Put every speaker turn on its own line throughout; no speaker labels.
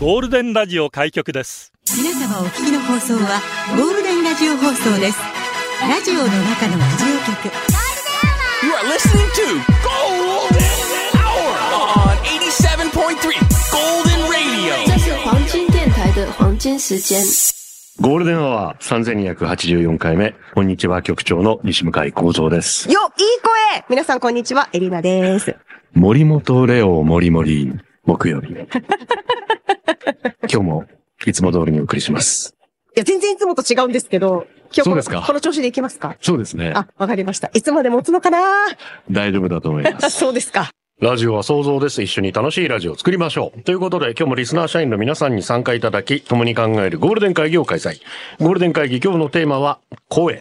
ゴールデンラジオ開局です
皆様お聞きの放送はゴールデンラジオ放送ですラジオの中のラジオ局
You are listening to Golden Hour on 87.3 Golden Radio.
这是黄金电台的黄金时间。
ゴールデンアワー3284回目。こんにちは、局長の西向井幸三です。
よ、いい声皆さんこんにちは、エリナです。
森本レオ森森、木 曜日。今日も、いつも通りにお送りします。
いや、全然いつもと違うんですけど、今日
そう
こ
で
の
すか
この調子でいきますか
そうですね。
あ、わかりました。いつまで持つのかな
大丈夫だと思います。
そうですか。
ラジオは想像です。一緒に楽しいラジオを作りましょう。ということで、今日もリスナー社員の皆さんに参加いただき、共に考えるゴールデン会議を開催。ゴールデン会議、今日のテーマは、声。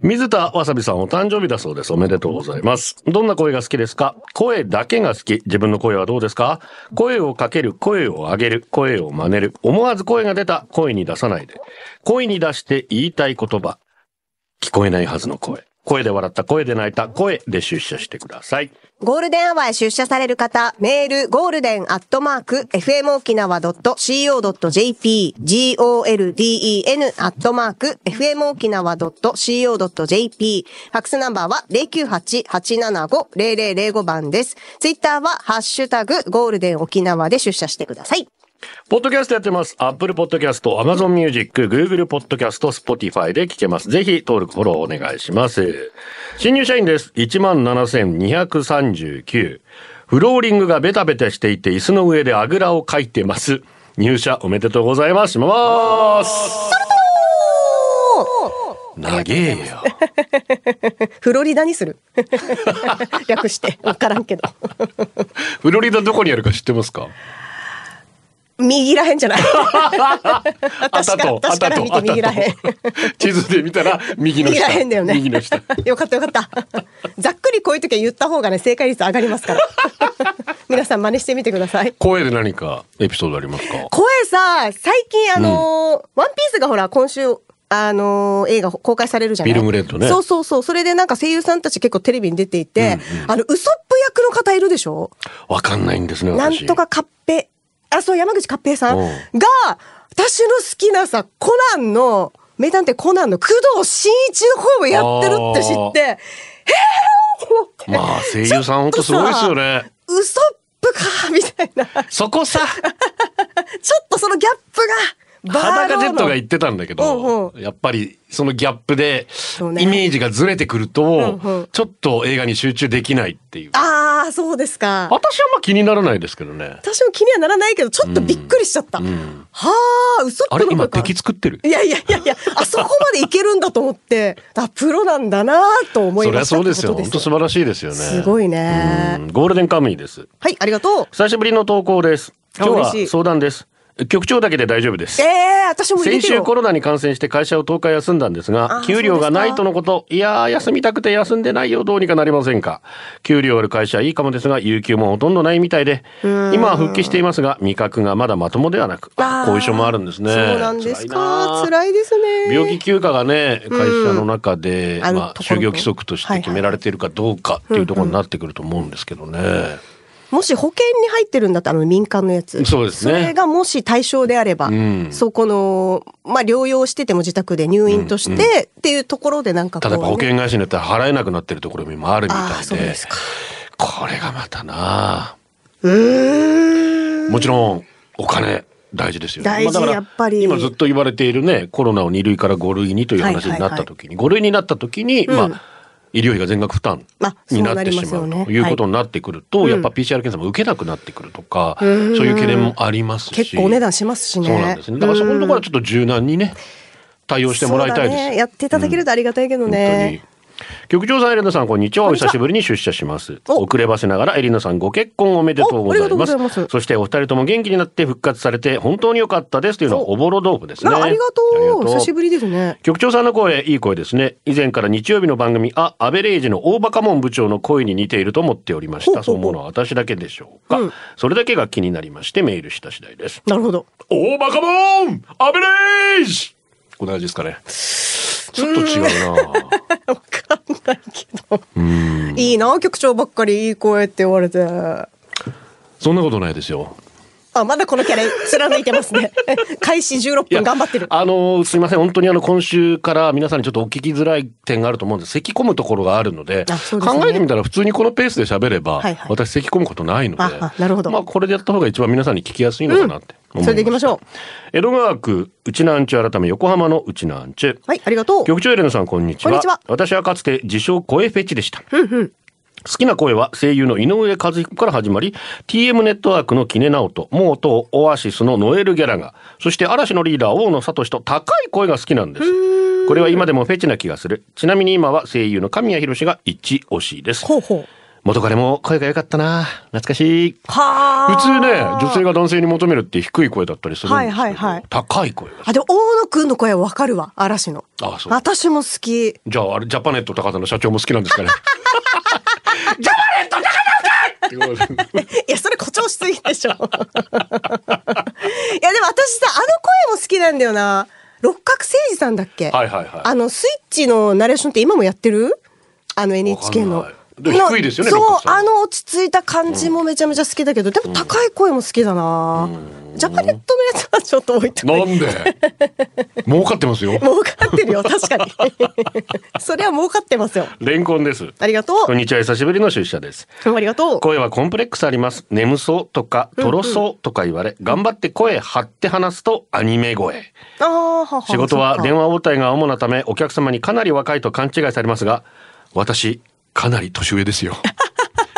水田わさびさんお誕生日だそうです。おめでとうございます。どんな声が好きですか声だけが好き。自分の声はどうですか声をかける、声を上げる、声を真似る。思わず声が出た、声に出さないで。声に出して言いたい言葉。聞こえないはずの声。声で笑った、声で泣いた、声で出社してください。
ゴールデンアワーへ出社される方、メール、ゴールデンアットマーク、fmokinawa.co.jp、golden アットマーク、fmokinawa.co.jp、ファックスナンバーは098-875-0005番です。ツイッターは、ハッシュタグ、ゴールデン沖縄で出社してください。
ポッドキャストやってます。Apple Podcast、Amazon Music、Google Podcast、Spotify で聞けます。ぜひ登録、フォローお願いします。新入社員です。17,239。フローリングがベタベタしていて、椅子の上であぐらをかいてます。入社おめでとうございます。します。長えよ。
フロリダにする。 略して。わからんけど。
フロリダどこにあるか知ってます か
右らへんじゃない
あ
私
た
から、
と、あ
私
た
から
と
見、て
あ
右ら
た
へん。
と。地図で見たら 右の
右
下。
らへんだよね。
右の 下。。
よかったよかった。ざっくりこういう時は言った方がね、正解率上がりますから。 皆さん真似してみてください。
声で何かエピソードありますか
声さ、最近あのーワンピースがほら、今週、あのー映画公開されるじゃない
フィルムレッドね
そうそうそう。それでなんか声優さんたち結構テレビに出ていて、あの、ウソップ役の方いるでしょ
わかんないんですね、
な
私。
んとかカッペ、あ、そう、山口カッペさん
う
が
ん、
私の好きなさ、コナンの、名探偵コナンの工藤新一の声をやってるって知って、へえと思って。
まあ、声優さんほんとすごいですよね。
ウソップか、みたいな。ち
そこ さ、
ょっとそのギャップが、
裸ジェットが
い
言ってたんだけど、
う
やっぱりそのギャップで、
うね
イメージがずれてくると、
うんうん
ちょっと映画に集中できないっていう。
ああ、そうですか。
私はあんま気にならないですけどね。
私も気にはならないけど、ちょっとびっくりしちゃった。
うん。
はあ、ウソッ
あ
プ
れ
の
今
声か。
敵作ってる。
いやいやいやいや、あそこまでいけるんだと思って、あ、プロなんだなと思
そ
い
り
ま
ゃ
した
そうですよ。
っ
本
てこと
当素晴らしいですよね。
すごいね
うんゴールデンカムイです。
はい、ありがとう。
久しぶりの投稿です。
あ
今日
嬉し
はい相談です。局長だけで大丈夫です
え。え私も入れ
先
てよ
週コロナに感染して会社を10日休んだんですが
あ、ー
給料がないとのこと、いやー、休みたくて休んでないよ、どうにかなりませんか。給料ある会社はいいかもですが、有給もほとんどないみたいで、今は復帰していますが、味覚がまだまともではなく、あ
あー
後遺症もあるんですね。
そうなんですか。
辛いなー
辛いですね。
病気休暇がね、会社の中で、
ある
まあ、
ところ
就
と
業規則として決められているかどうかっていうところになってくると思うんですけどね。
もし保険に入ってるんだったら、あの民間のやつ。
そうですね
それがもし対象であれば、
ん
そこの、まあ、療養してても自宅で入院として、っていうところでなんかこ
例え
う、ね。
ば保険会社によっては払えなくなってるところも今あるみ
あ
た
あ、
い
そう
で
ですか。
これがまたな
うーん。
もちろんお金大事ですよね。
大
ま
事
あだから
やっぱり
今ずっと言われているねコロナを2類から5類にという話になった時に、5類になった時に、
うん
まあ医療費が全額負担
まあ
になってしま
そう
う
なりますよね
ということになってくると、やっぱ PCR 検査も受けなくなってくるとか、そういう懸念もありますし
結構お値段しますしね。
そうなんですねだからそこのところはちょ
ょ
っと
っ
柔軟にね対応してもらいたいですよ
ね。やっていただけるとありがたいけどね。
本当に局長さんエレナさんこんにちは
こ
お
んにちは
久しぶりに出社します
お
遅ればせながらエリナさんご結婚おめでとうござい
おあり
ま
が
す
とうございます
そしてお二人とも元気になって復活されて本当に良かったですというのは
そ
おぼろ豆腐ですね
なありがとう久しぶりですね。
局長さんの声いい声ですね以前から日曜日の番組あアベレージの大バカモン部長の声に似ていると思っておりまし
ほ
た
う
そ
ほ
う
うほう
思うのは私だけでしょうか、
うん
それだけが気になりましてメールした次第です
なるほど。
大バカモンアベレージこんな感じですかねちょっと違うな
わかんない。ないけど。いいな、局長ばっかりいい声って言われて。あ、
そんなことないですよ。
まだこのキャラ貫いてますね。 開始16分頑張ってる。
あのーすいません、本当にあの、今週から皆さんにちょっとお聞きづらい点があると思うんです。咳込むところがあるので、
あそうですね
考えてみたら普通にこのペースで喋れば、
はいはい
私咳込むことないので、
ああなるほど
まあ、これでやった方が一番皆さんに聞きやすいのかなって思いました
それで行きましょう。
江戸川区、内南中改め横浜の内南中。
はい、ありがとう。
局長エレナさん、こんにちは。
こんにちは
私はかつて自称声フェチでした。好きな声は声優の井上和彦から始まり、TM ネットワークのキネナオと、モートオアシスのノエル・ギャラが、そして嵐のリーダー大野聡と高い声が好きなんです。これは今でもフェチな気がする。ちなみに今は声優の神谷博史が一推しです。
ほうほう。
元彼も声が良かったな。懐かしい。
はあ。
普通ね、女性。が男性に求めるって低い声だったりするんですけど、
はいはいはい
高い声が。
あ、でも大野くんの声はわかるわ、嵐の。
あそう
私も好き。
じゃあ、あれ、ジャパネット高田の社長も好きなんですか ね。ジャパネット高田ってことで
いや、それ誇張しすぎでしょ。いや、でも私さ、あの声も好きなんだよな。六角誠治さんだっけ
はいはいはい
あの、スイッチのナレーションって今もやってるあの NHK
わ
の
かんないでも
の
低いですよね
そう
六角、さん
あの落ち着いた感じもめちゃめちゃ好きだけど、でも高い声も好きだな、ジャパネットのやつはちょっと置いて
な
も
んで儲かってますよ。
儲かってるよ、確かに。 それは儲かってますよ。
レンコンです。
ありがと
こんにちは、久しぶりの出社です。
う。ありがとう。
声はコンプレックスあります。眠そうとか、とろそうとか言われ、頑張って声張って話すとアニメ声。
ああ、はは
仕事は電
話。
話応対が主なため、お客様にかなり若いと勘違いされますが、私、かなり年上ですよ。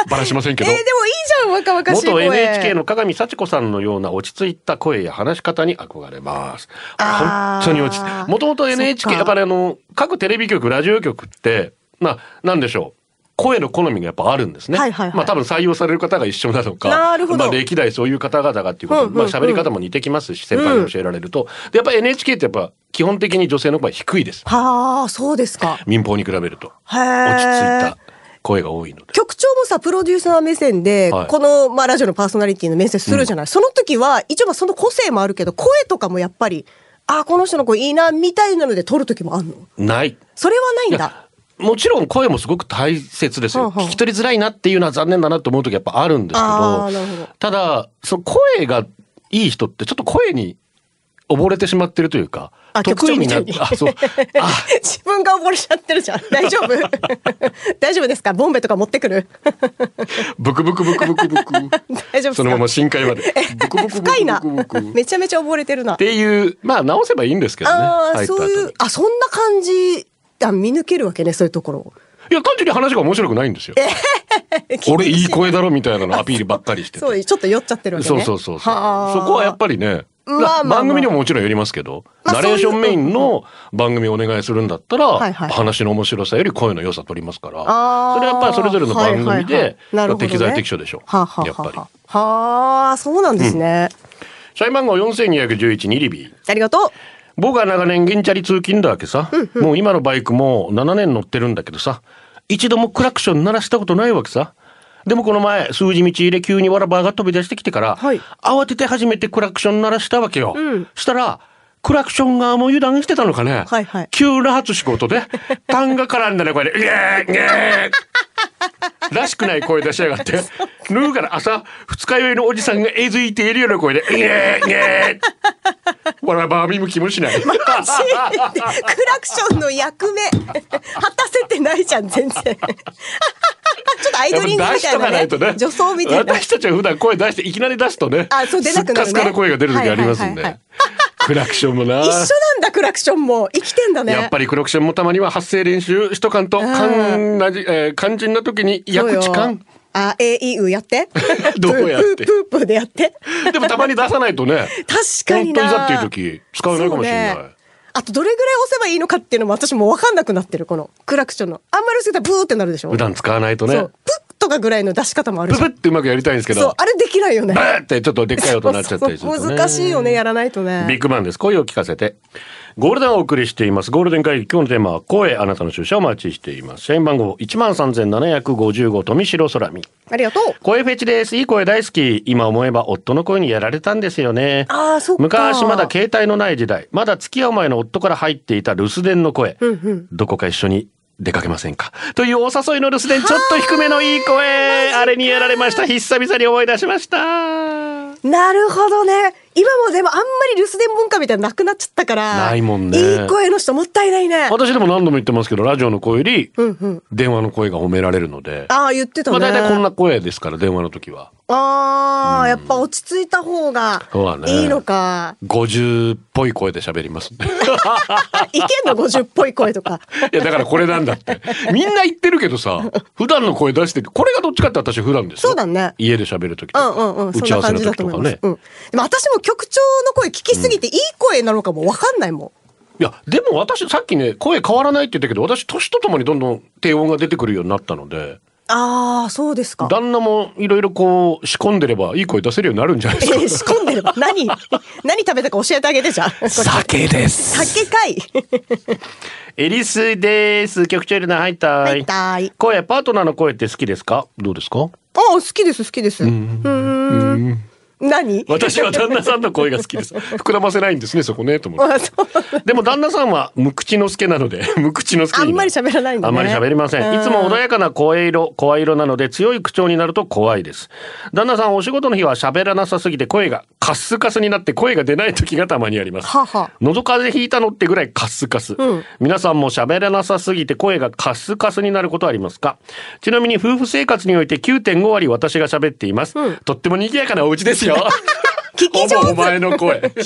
バラしません
え
け
ー、
ど
でもいい。じゃん、若々しい
元
声。
NHK の鏡幸子さんのような落ち着いた声や話し方に憧れます。
あ
本
ー
当に落ち着いもともと
そっ
NHK、
か
やっぱりあの、各テレビ局、ラジオ局って、まあ、なんでしょう。声の好みがやっぱあるんですね。
はいはいはい
まあ多分採用される方が一緒なのか。
なるほど
まあ歴代そういう方々がっていうこと、
うんうん
まあ喋り方も似てきますし、先輩に教えられると。で、やっぱ NHK ってやっぱ基本的に女性の声低いです。
はあ、そうですか。
民放に比べると。
へえ
落ち着いた声が多いので。
局長もさ、プロデューサー目線で、
はい
この、まあ、ラジオのパーソナリティの面接するじゃない。その時は、一応まあその個性もあるけど、声とかもやっぱり、ああ、この人の声いいな、みたいなので撮る時もあんの。
ない。
それはない
い
ん
や
だ。
もちろん声もすごく大切ですよ。
ほうほう
聞き取りづらいなっていうのは残念だなと思う時やっぱあるんですけ
あ
ど
ーなるほど
ただその声がいい人ってちょっと声に溺れてしまってるというか
あ
得意になっ
局長みたいに
あ そうあ
自分が溺れちゃってるじゃん。大 丈夫大丈夫ですかボンベとか持ってくる
ブクブクブクブクブク
大丈夫ですか
そのまま深海までブクブクブクブクブク
深い
っ。
なめちゃめちゃ溺れてるな。
ていうまあ直せばいいんですけどね
あ
入
あ、
った後
そう
に
いう、あ、そんな感じ、あ見抜けるわけね、そういうところを。
いや単純に話が面白くないんですよ俺いい声だろみたいなのアピールばっかりしてて
そう、ちょっと酔っちゃってるわけ
そう
ね。
そうそうそう。そ
はあ
こはやっぱりね、
まあまあまあ
番組にももちろんよりますけど、
ま
ナ
あ
レーションメインの番組お願いするんだったら、
はいはい
話の面白さより声の良さ取りますから、
あー
それはやっぱりそれぞれの番組で、
はいはいはいなるほどね
適材適所でしょう。
はあ、はあ
やっぱり
は。あはあ、そうなんですね。
社員番号4211ニリビー。
ありがとう。
僕は長年銀チャリ通勤だわけさ、もう今のバイクも7年乗ってるんだけどさ一度もクラクション鳴らしたことないわけさでもこの前数字道で急にわらばが飛び出してきてから、
はい
慌てて初めてクラクション鳴らしたわけよ、
ん
したらクラクション側も油断してたのかね、
はいはい
急な発仕事で痰が絡んだねこれで「イエーイイエーイ」らしくない声出しやがって 脱ぐから朝二日酔いのおじさんがえずいているような声で「イエーイイエーイ」わらば見向きもしない
クラクションの役目、果たせてないじゃん、全然。ちょ っとアイドリングみた
やっぱ出し
いなね
とかないとね。
女装みたいな。
私たちは普段声出して、いきなり出すとね。
あそう出なくなるね
スッカスカの声が出る時ありますん
はいはいはいは
で
い。
クラクションもな。
一緒なんだ、クラクションも。生きてんだね。
やっぱりクラクションもたまには発声練習しとかんと、
ん
肝なじ、えー肝心な時に
そう
役
よ
痴漢。
あ、え、い、うやって。
どうやって
プープープーでやって。
でもたまに出さないとね。
確かにな。
本当いざっていう時使えないかもしれない
そうねあとどれぐらい押せばいいのかっていうのも私もう分かんなくなってるこのクラクションのあんまり押せたらブーってなるでしょ
普段使わないと
そ
ね
う。プッとかぐらいの出し方もある
ブ
じ
ブ
ゃ
っ
ん
てうまくやりたいんですけ
そう
ど。
あれできないよね
ブーってちょっとでっかい音になっちゃったりすると、ね。
そうそう難しいよねやらないとね
ビッグマンです。声を聞かせて。ゴールデンをお送りしています。ゴールデン会議、今日のテーマは声、あなたの出社をお待ちしています。社員番号13,755、富城空見。
ありがとう
声フェチです。いい声大好き。今思えば夫の声にやられたんですよね。
あーそっか
昔まだ携帯のない時代、まだ付き合う前の夫から入っていた留守電の声。どこか一緒に出かけませんかというお誘いの留守電、ちょっと低めのいい声。あれにやられました。久々に思い出しました。
なるほどね。今もでもあんまり留守電文化みたいなのなくなっちゃったから。
ないもんね
いい声の人もったいないね。
私でも何度も言ってますけど、ラジオの声より
うんうん。
電話の声が褒められるので。
ああ、言ってた
ま
ね。
あ大体こんな声ですから、電話の時は。
ああ、やっぱ落ち着いた方が
そうだね
いいのか。
50っぽい声で喋り ます。
あ、いけんの ?50 っぽい声 とか。
いや、だからこれなんだって。みんな言ってるけどさ、普段の声出して、これがどっちかって私普段ですよ。
そうだね
家で喋る時と
う
か
んうんうん。
打
そん
ち合
な
わせ
感
の
じだ
時
と
と
思い
か
ます。
ね。
うん。でも私も局長の声聞きすぎていい声なのかもわかんないもん。
いや、でも私、さっきね、声変わらないって言ったけど、私、年とともにどんどん低音が出てくるようになったので、
ああ、そうですか。
旦那もいろいろこう、仕込んでればいい声出せるようになるんじゃないで
え
すか。
ー仕込 んでれば何何食べたか教えてあげてじゃん。
酒です。
酒かい。
エリスです。局長エレナ、はいた
はいたい
声、パートナーの声って好きですかどうですか
ああ、好きです、好きです。うーん。何
私は旦那さんの声が好き です。膨らませないんですね、そこね、と思って。
あそう
でも旦那さんは無口の助なので無口の助に
あんまり喋らないんだね
あんまり喋りません
う
い
ん
つも穏やかな声色声色なので強い口調になると怖いです旦那さんお仕事の日は喋らなさすぎて声がカッスカスになって声が出ない時がたまにあります
はあはあ
喉風邪ひいたのってぐらいカッスカス、
うん
皆さんも喋らなさすぎて声がカスカスになることはありますかちなみに夫婦生活において9.5割私が喋っています、
うん
とっても賑やかなお家ですよ
聞き上
ほぼ
手。
お前の声
聞き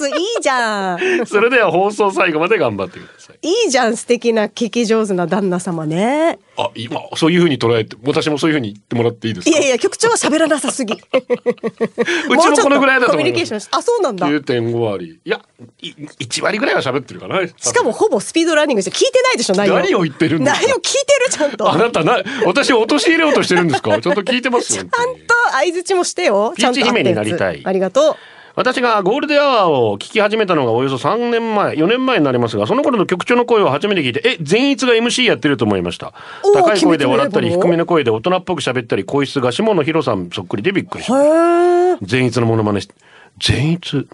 上手、いいじゃん。
それでは放送最後まで頑張ってください
いいじゃん、素敵な聞き上手な旦那様ね。
あ、今、そういうふうに捉えて、私もそういうふうに言ってもらっていいです
い
か
やいや、局長は喋らなさ すぎ。うち
もこのぐらいだと思います
コミュニケーションしあ、そうなんだ。
?9.5 割。いや、い1割ぐらいは喋ってるかな。
しかもほぼスピードランニングして聞いてないでしょ、内容。
何を言ってるんですか
内容聞いてる、ちゃんと。
あなたな、私を陥れようとしてるんです かちょっと聞いてます
ちゃ
よ
んと。相づちもしてよ。
ピーチ
ちゃんと合ってるやつ
姫になりたい
ありがとう。
私がゴールデンアワーを聞き始めたのがおよそ3年前、4年前になりますが、その頃の局長の声を初めて聞いて、え、善逸が MC やってると思いました。
おー
高い声で笑ったり、
決めてくれるの
低めの声で大人っぽく喋ったり、声質が下野紘さんそっくりでびっくりし
へ
た。
ー
善逸のモノマネし、善逸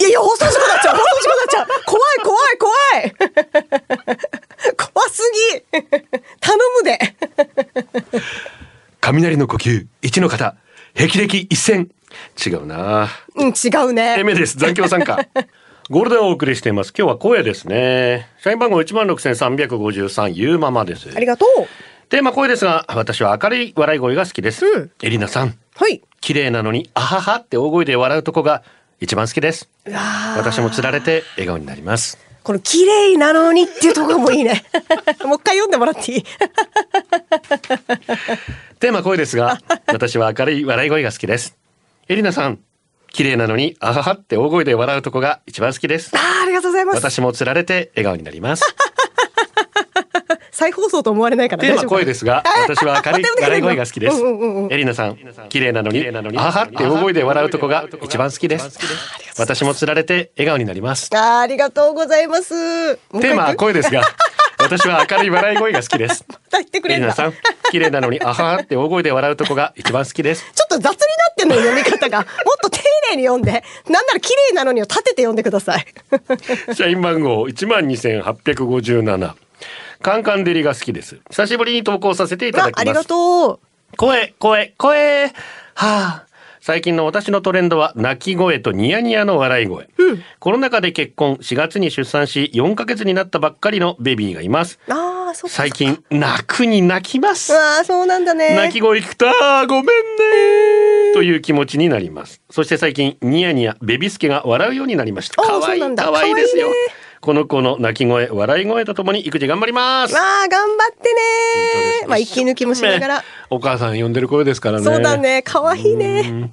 いやいや、放送事故になっちゃう放送事故になっちゃう怖い怖い怖い 怖すぎ頼むで
雷の呼吸1の方霹靂一閃違うな
うん、違う
え
ね。
めです残響参加ゴールデンをお送りしています今日は声ですね社員番号16,353ゆうままです
ありがとう。
テーマ声ですが私は明るい笑い声が好きです、
うん
エリナさん
はい。
綺麗なのにあははって大声で笑うとこが一番好きです私もつられて笑顔になります
この綺麗なのにっていうところもい いね。もう一回読んでもらっていい
テーマ声です が私は明るい笑い声が好きですエリナさん綺麗なのにあははって大声で笑うとこが一番好きです
あーありがとうございます。
私もつられて笑顔になります。
再放送と思われないから
テー
大
マ
丈夫
声ですが、私は明るい笑い声が好きです。エリナさん、綺麗なのに、あはって大声で笑うとこが一番好きです。私もつられて笑顔になります。
あーありがとうございます。テ
テーマは声です が、私は明るい笑い声が好きです。
言って く
エ
れ
リ
ん
ナ
だ。ち
さ
ょっ
ん、綺麗なのに、あはって大声で笑うとこが一番好きです。
と雑になってんのよ読み方が。もっと丁寧に読んで。なんなら綺麗なのにを立てて読んでください。
社員番号12,857。カンカン照りが好きです。久しぶりに投稿させていただ
あ
きます。
ありがとう。
声、声、声。はあ。最近の私のトレンドは泣き声とニヤニヤの笑い声、コロナ禍で結婚4月に出産し4ヶ月になったばっかりのベビーがいます
ああ、そうか。
最近泣くに泣きます
ああ、そうなんだね。
泣き声聞くとあーごめんねという気持ちになりますそして最近ニヤニヤベビスケが笑うようになりました
あー
可愛い
そうなんだ
可愛いですよ
可愛いね
この子の泣き声笑い声とともに育児頑張ります
まあ、頑張ってね。まあ、息抜きもしながら
ね。お母さん呼んでる声ですからね
そうだね。可愛いね。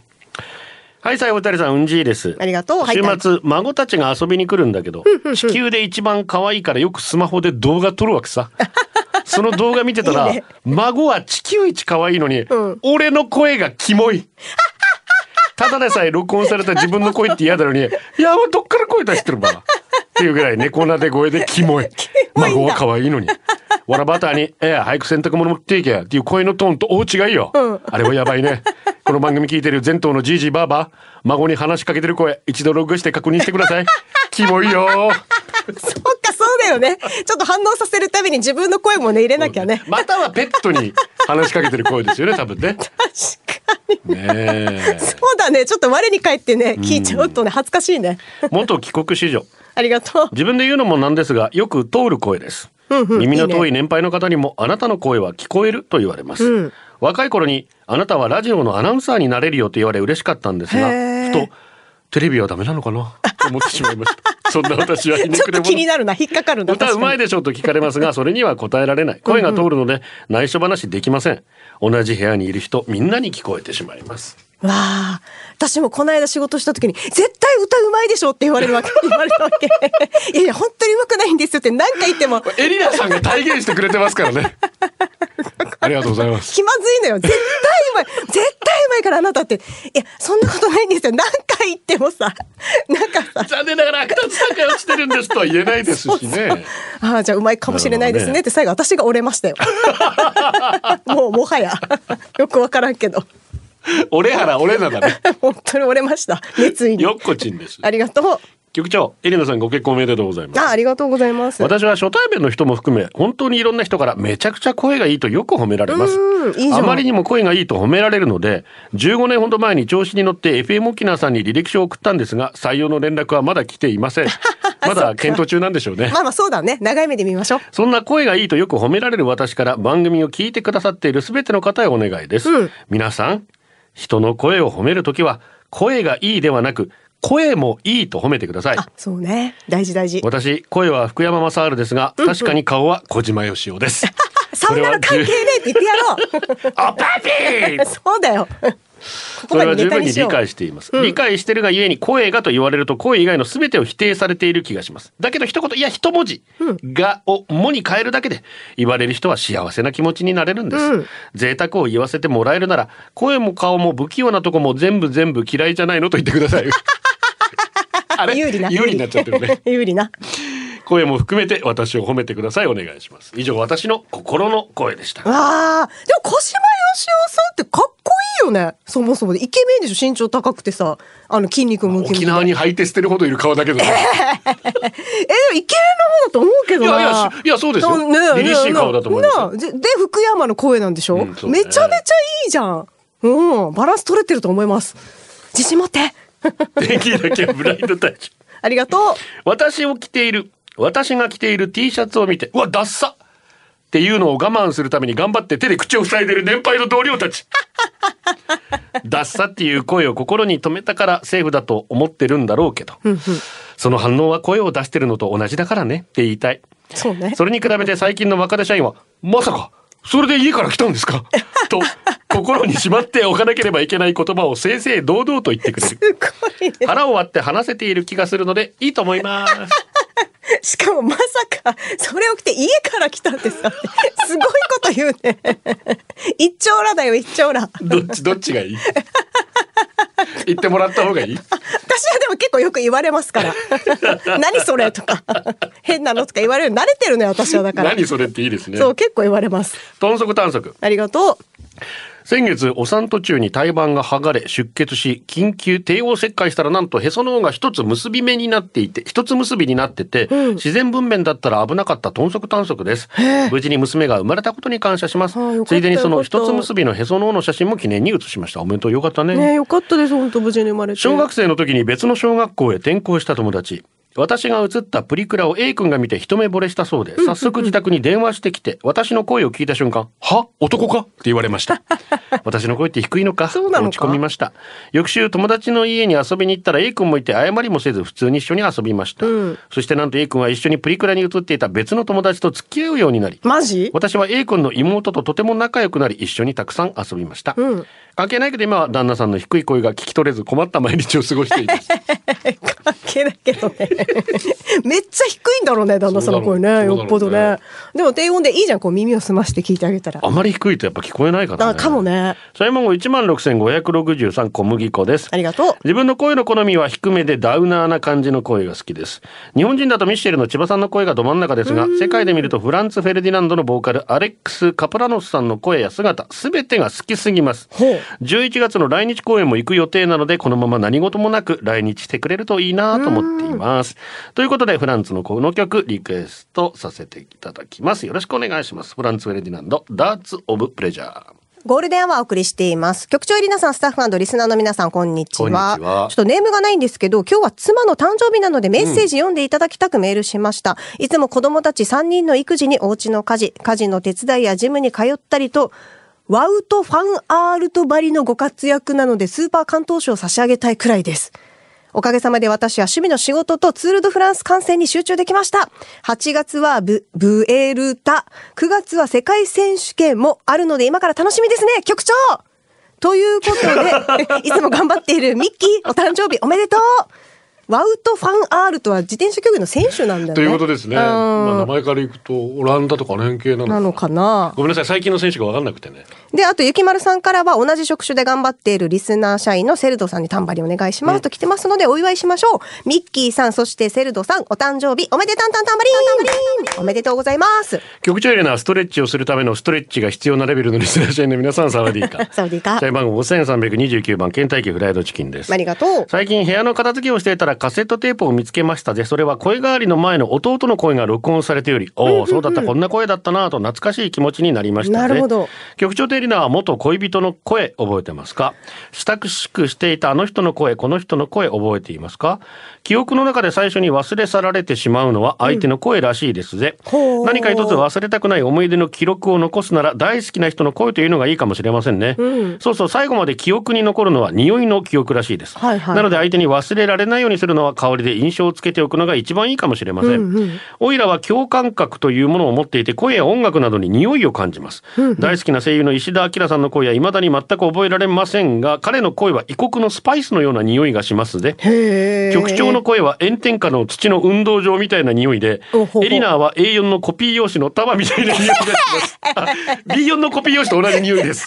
はい、さいおたりさん、うんじいです。
ありがとうはい
週末、孫たちが遊びに来るんだけど、地球で一番可愛いからよくスマホで動画撮るわけ さ。その動画見てたら、
いいね
孫は地球一可愛いのに、
ん
俺の声がキモい。ただでさえ録音された自分の声って嫌なのに、いや、どっから声出してるば。っていうぐらい猫なで声でキモい。
モいんだ
孫は可愛いのに。わらバターに、ええ、早く洗濯物持っていけっていう声のトーンと大違いよ。あれはやばいね。この番組聞いてる前頭のじいじばあば、孫に話しかけてる声、一度ログして確認してください。キモいよー。
そっか、そうだ よね。ちょっと反応させるたびに自分の声もね、入れなきゃね。
またはペットに話しかけてる声ですよね、多分ね。
確かに。
ねえ。
そうだね。ちょっと我に返ってね、聞いちゃうとね、恥ずかしいね。
元帰国子女。
ありがとう。
自分で言うのもなんですが、よく通る声です。
うんうん
耳の遠
い
い年配の方にも、あなたの声は聞こえると言われます。
うん
若い頃に、あなたはラジオのアナウンサーになれるよと言われ嬉しかったんですが、
へー
ふと、テレビはダメなのか なと思ってしまいました。そんな私はひね
ちょ
く
っ
れ
と
者
気になるな。引っかかるな。
歌うまい
で。
でしょうと聞かれ ますが、それには答えられない。声が通るので、内緒話できません。同じ部屋にいる人、みんなに聞こえてしまいます。
わあ。私もこの間仕事した時に、絶対歌うまいでしょって言われるわけ。言われたわけ。 いやいや、本当にうまくないんですよって何回言っても、
エリナさんが体現してくれてますから ね。ありがとうございます。
気まずいのよ。絶対うまい。絶対うまいからあなたって。いや、そんなことないんですよ。何回言ってもさ。なんかさ。
残念ながら、芥津さんが落ちてるんですとは言えないですしね。
ああ、じゃあうまいかもしれないです
なるほどね
ねって最後私が折れ ましたよ。もうもはや。よくわからんけど。
俺 原、俺なだね。
本当に折れました。熱意に。
よっこちんです。
ありがとう。
局長、エリナさんご結婚おめでとうございます。
あ、ありがとうございます。
私は初対面の人も含め本当にいろんな人からめちゃくちゃ声がいいとよく褒められます
うんいいじゃん
あまりにも声がいいと褒められるので15年ほど前に調子に乗って FM 沖縄さんに履歴書を送ったんですが採用の連絡はまだ来ていません まだ検討中なんでしょうね
まあまあそうだね。長い目で見ましょう。
そんな声がいいとよく褒められる私から番組を聞いてくださっている全ての方へお願いです、
うん
皆さん人の声を褒めるときは声がいいではなく声もいいと褒めてください
あ、そうね。大事大事。
私声は福山雅治ですが確かに顔は小島よしおです
サウナの関係ねえって言ってやろ
おパピ
う。
ー
そうだよ。こ
そ
こ
れ
ま
は
で
十
ネタ
分に
にしよ
理
う。
解しています、
うん
理解してるがゆえに声がと言われると声以外の全てを否定されている気がしますだけど一言いや一文字がをもに変えるだけで言われる人は幸せな気持ちになれるんです、
うん
贅沢を言わせてもらえるなら声も顔も不器用なとこも全部全部嫌いじゃないのと言ってくだ さいあれ
有利な。
有利になっちゃってるね。
有利な。
声も含めて私を褒めてくださいお願いします以上私の心の声でした
わあ、でも小島よしおさんってかっこいいよね。そもそもでイケメンでしょ。身長高くてさ、あの筋肉もムキムキ
沖
で
縄に履いて捨てるほどいる顔だけど ね、
え、でもイケメンの方だと思うけど
い
な。
やいやしいやそうですよ
ね
凛々しい顔だと思いますよ
ねねで、で福山の声なんでしょ、
うんそうね
めちゃめちゃいいじゃん。うん、バランス取れてると思います。自信持って。
できなきゃブラインド大賞
ありがと。
私を着ている私が着ている T シャツを見てうわダッサっていうのを我慢するために頑張って手で口を塞いでる年配の同僚たちダッサっていう声を心に留めたからセーフだと思ってるんだろうけどその反応は声を出してるのと同じだからねって言いたいう
そうね。
それに比べて最近の若手社員は、まさか、それで家から来たんですかと、心にしまっておかなければいけない言葉を正々堂々と言ってくれ
す
る。
ごいね。
腹を割って話せている気がするので、いいと思います。
しかもまさか、それを着て家から来たってさ、すごいこと言うね。一丁羅だよ、一丁羅。私は
どっち、どっちがいい言ってもらった方がいい
でも結構よく言われますから。 何それとか、変なのとか言われる。慣れてるね、私はだから。
何それっていいですね。
そう、結構言われます。
豚足短足。
ありがと
先月、お産途中に胎盤が剥がれ、出血し、緊急帝王切開したら、なんとへその緒が一つ結び目になっていて、一つ結びになってて、自然分娩だったら危なかった豚足短足です。無事に娘が生まれたことに感謝します
ああよかっ。た
ついでにその
よかっ
一
た
つ結びのへその緒の写真も記念に写しました。おめでとうよかった
う。ねえよかったです、本当無事に生まれて。
小学生の時に別の小学校へ転校した友達私が映ったプリクラを A 君が見て一目惚れしたそうで早速自宅に電話してきて私の声を聞いた瞬間「は男か?」って言われま した私の声って低いのか
そうなのか
落ち込みました翌週友達の家に遊びに行ったら A 君もいて謝りもせず普通に一緒に遊びました、
うん
そしてなんと A 君は一緒にプリクラに映っていた別の友達と付き合うようになり
マジ
私は A 君の妹ととても仲良くなり一緒にたくさん遊びました、
うん
関係ないけど今は旦那さんの低い声が聞き取れず困った毎日を過ごしています
関係だけどね。めっちゃ低いんだろうね、旦那さんの声
そうだ
ね。
ろう
よっぽど
そうだろ
ね。でも低音でいいじゃん、こう耳を澄まして聞いてあげたら。
あまり低いとやっぱ聞こえないから
だ
ね。
かも。ね。
社員番号16,563小麦粉です
あ。りがとう。
自分の声の好みは低めでダウナーな感じの声が好きです。日本人だとミッシェルの千葉さんの声がど真ん中ですが、世界で見るとフランツ・フェルディナンドのボーカル、アレックス・カプラノスさんの声や姿、すべてが好きすぎます。
ほう
11月の来日公演も行く予定なので、このまま何事もなく来日してくれるといいなと思っています。ということで、フランツのこの曲、リクエストさせていただきます。よろしくお願いします。フランツ・フェルディナンド、ダーツ・オブ・プレジャー。
ゴールデンアワーお送りしています。局長エリナさん、スタッフリスナーの皆さん、こんにちは。
こんにちは
ちょっとネームがないんですけど、今日は妻の誕生日なのでメッセージ読んでいただきたくメールしました。いつも子供たち3人の育児にお家の家事、家事の手伝いやジムに通ったりと、ワウとファンアールとばりのご活躍なのでスーパー関東賞を差し上げたいくらいです。おかげさまで私は趣味の仕事とツールドフランス観戦に集中できました。8月はブ、ブエルタ。9月は世界選手権もあるので今から楽しみですね、局長ということで、いつも頑張っているミッキー、お誕生日おめでとうワウとファンアールとは自転車競技の選手なんだよね。
ということですね。
うん
まあ、名前からいくと、オランダとかあの辺系なの
なのかな
ごめんなさい、最近の選手が分かんなくてね。
で、あと、ゆきまるさんからは、同じ職種で頑張っているリスナー社員のセルドさんに頑張りお願いしますと来てますので、お祝いしましょう。ミッキーさん、そしてセルドさん、お誕生日、おめでたんたんたんばりんおめでとうございます。
局長エレナはストレッチをするためのストレッチが必要なレベルのリスナー社員の皆さん、サワディーカ。
サワディーカ
社員番号5329番、倦怠期フライドチキンです
あ。りがとう。
最近部屋の片付けをしていたらカセットテープを見つけましたで、それは声変わりの前の弟の声が録音されており、おお、そうだった、こんな声だったなぁと懐かしい気持ちになりましたね。
なるほど。
局長テリナは元恋人の声覚えてますか親しくしていたあの人の声、この人の声覚えていますか記憶の中で最初に忘れ去られてしまうのは相手の声らしいですぜ。
ほう
何か一つ忘れたくない思い出の記録を残すなら大好きな人の声というのがいいかもしれませんね。そうそう、最後まで記憶に残るのは匂いの記憶らしいです。
はいはい
なので相手に忘れられないようにするのは香りで印象をつけておくのが一番いいかもしれません。オイラは共感覚というものを持っていて声や音楽などに匂いを感じます。大好きな声優の石田明さんの声は未だに全く覚えられませんが、彼の声は異国のスパイスのような匂いがしますね。
へ
局長の声は炎天下の土の運動場みたいな匂いで
おほほ
エリナーは A4 のコピー用紙の束みたいな匂いがし ます B4 のコピー用紙と同じ匂いです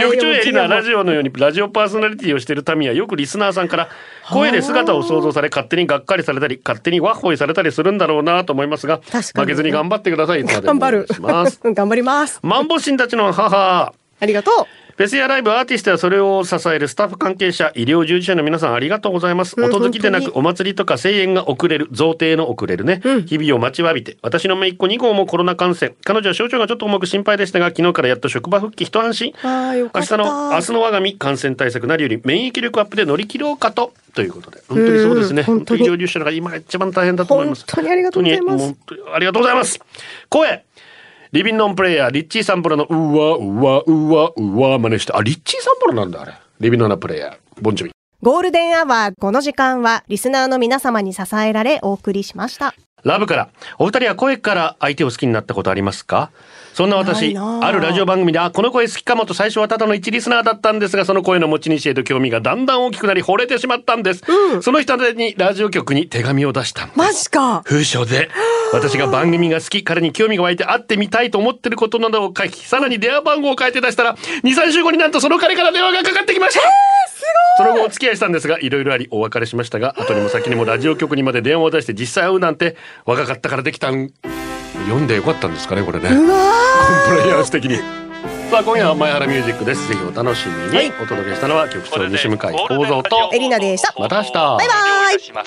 局長エリナーラジオのようにラジオパーソナリティをしている民はよくリスナーさんから声で姿を想像され勝手にがっかりされたり勝手にワッホイされたりするんだろうなと思いますが
確かに
負けずに頑張ってくださいいつまで
頑
もお
張
願い
る。
します
頑張ります。
マンボシンたちの母
ありがとう。
フェスやライブアーティストやそれを支えるスタッフ関係者医療従事者の皆さんありがとうございます、お届きでなくお祭りとか声援が遅れる贈呈の遅れるね、日々を待ちわびて私の姪っ子2号もコロナ感染彼女は症状がちょっと重く心配でしたが昨日からやっと職場復帰一安心
あーよかった
明日の明日の我が身感染対策なりより免疫力アップで乗り切ろうかとということで本当にそうですね、
うん本当に
医療従事者が今が一番大変だと思います
本当にありがとうございます
本当にもうありがとうございます声リビンノンプレイヤー、リッチーサンプロのうわうわうわうわ真似して、あ、リッチーサンプロなんだ、あれ。リビンノンプレイヤー、ボンジョビ。
ゴールデンアワー、この時間は、リスナーの皆様に支えられ、お送りしました。
ラブから、お二人は声から相手を好きになったことありますかそんな私、
ないなあ
あるラジオ番組で、あ、この声好きかもと最初はただの一リスナーだったんですが、その声の持ち主へと興味がだんだん大きくなり、惚れてしまったんです。その人にラジオ局に手紙を出したんです
マジか
封書で私が番組が好き彼に興味が湧いて会ってみたいと思ってることなどを書きさらに電話番号を変えて出したら23週後になんとその彼から電話がかかってきましたその後お付き合いしたんですがいろいろありお別れしましたが後にも先にもラジオ局にまで電話を出して実際会うなんて若かったからできたん読んでよかったんですかねこれねコンプライアンス的にさあ今夜は前原ミュージックですぜひお楽しみに、お届けしたのは局長西向井幸三と
エリナでした
また明日
バイバイ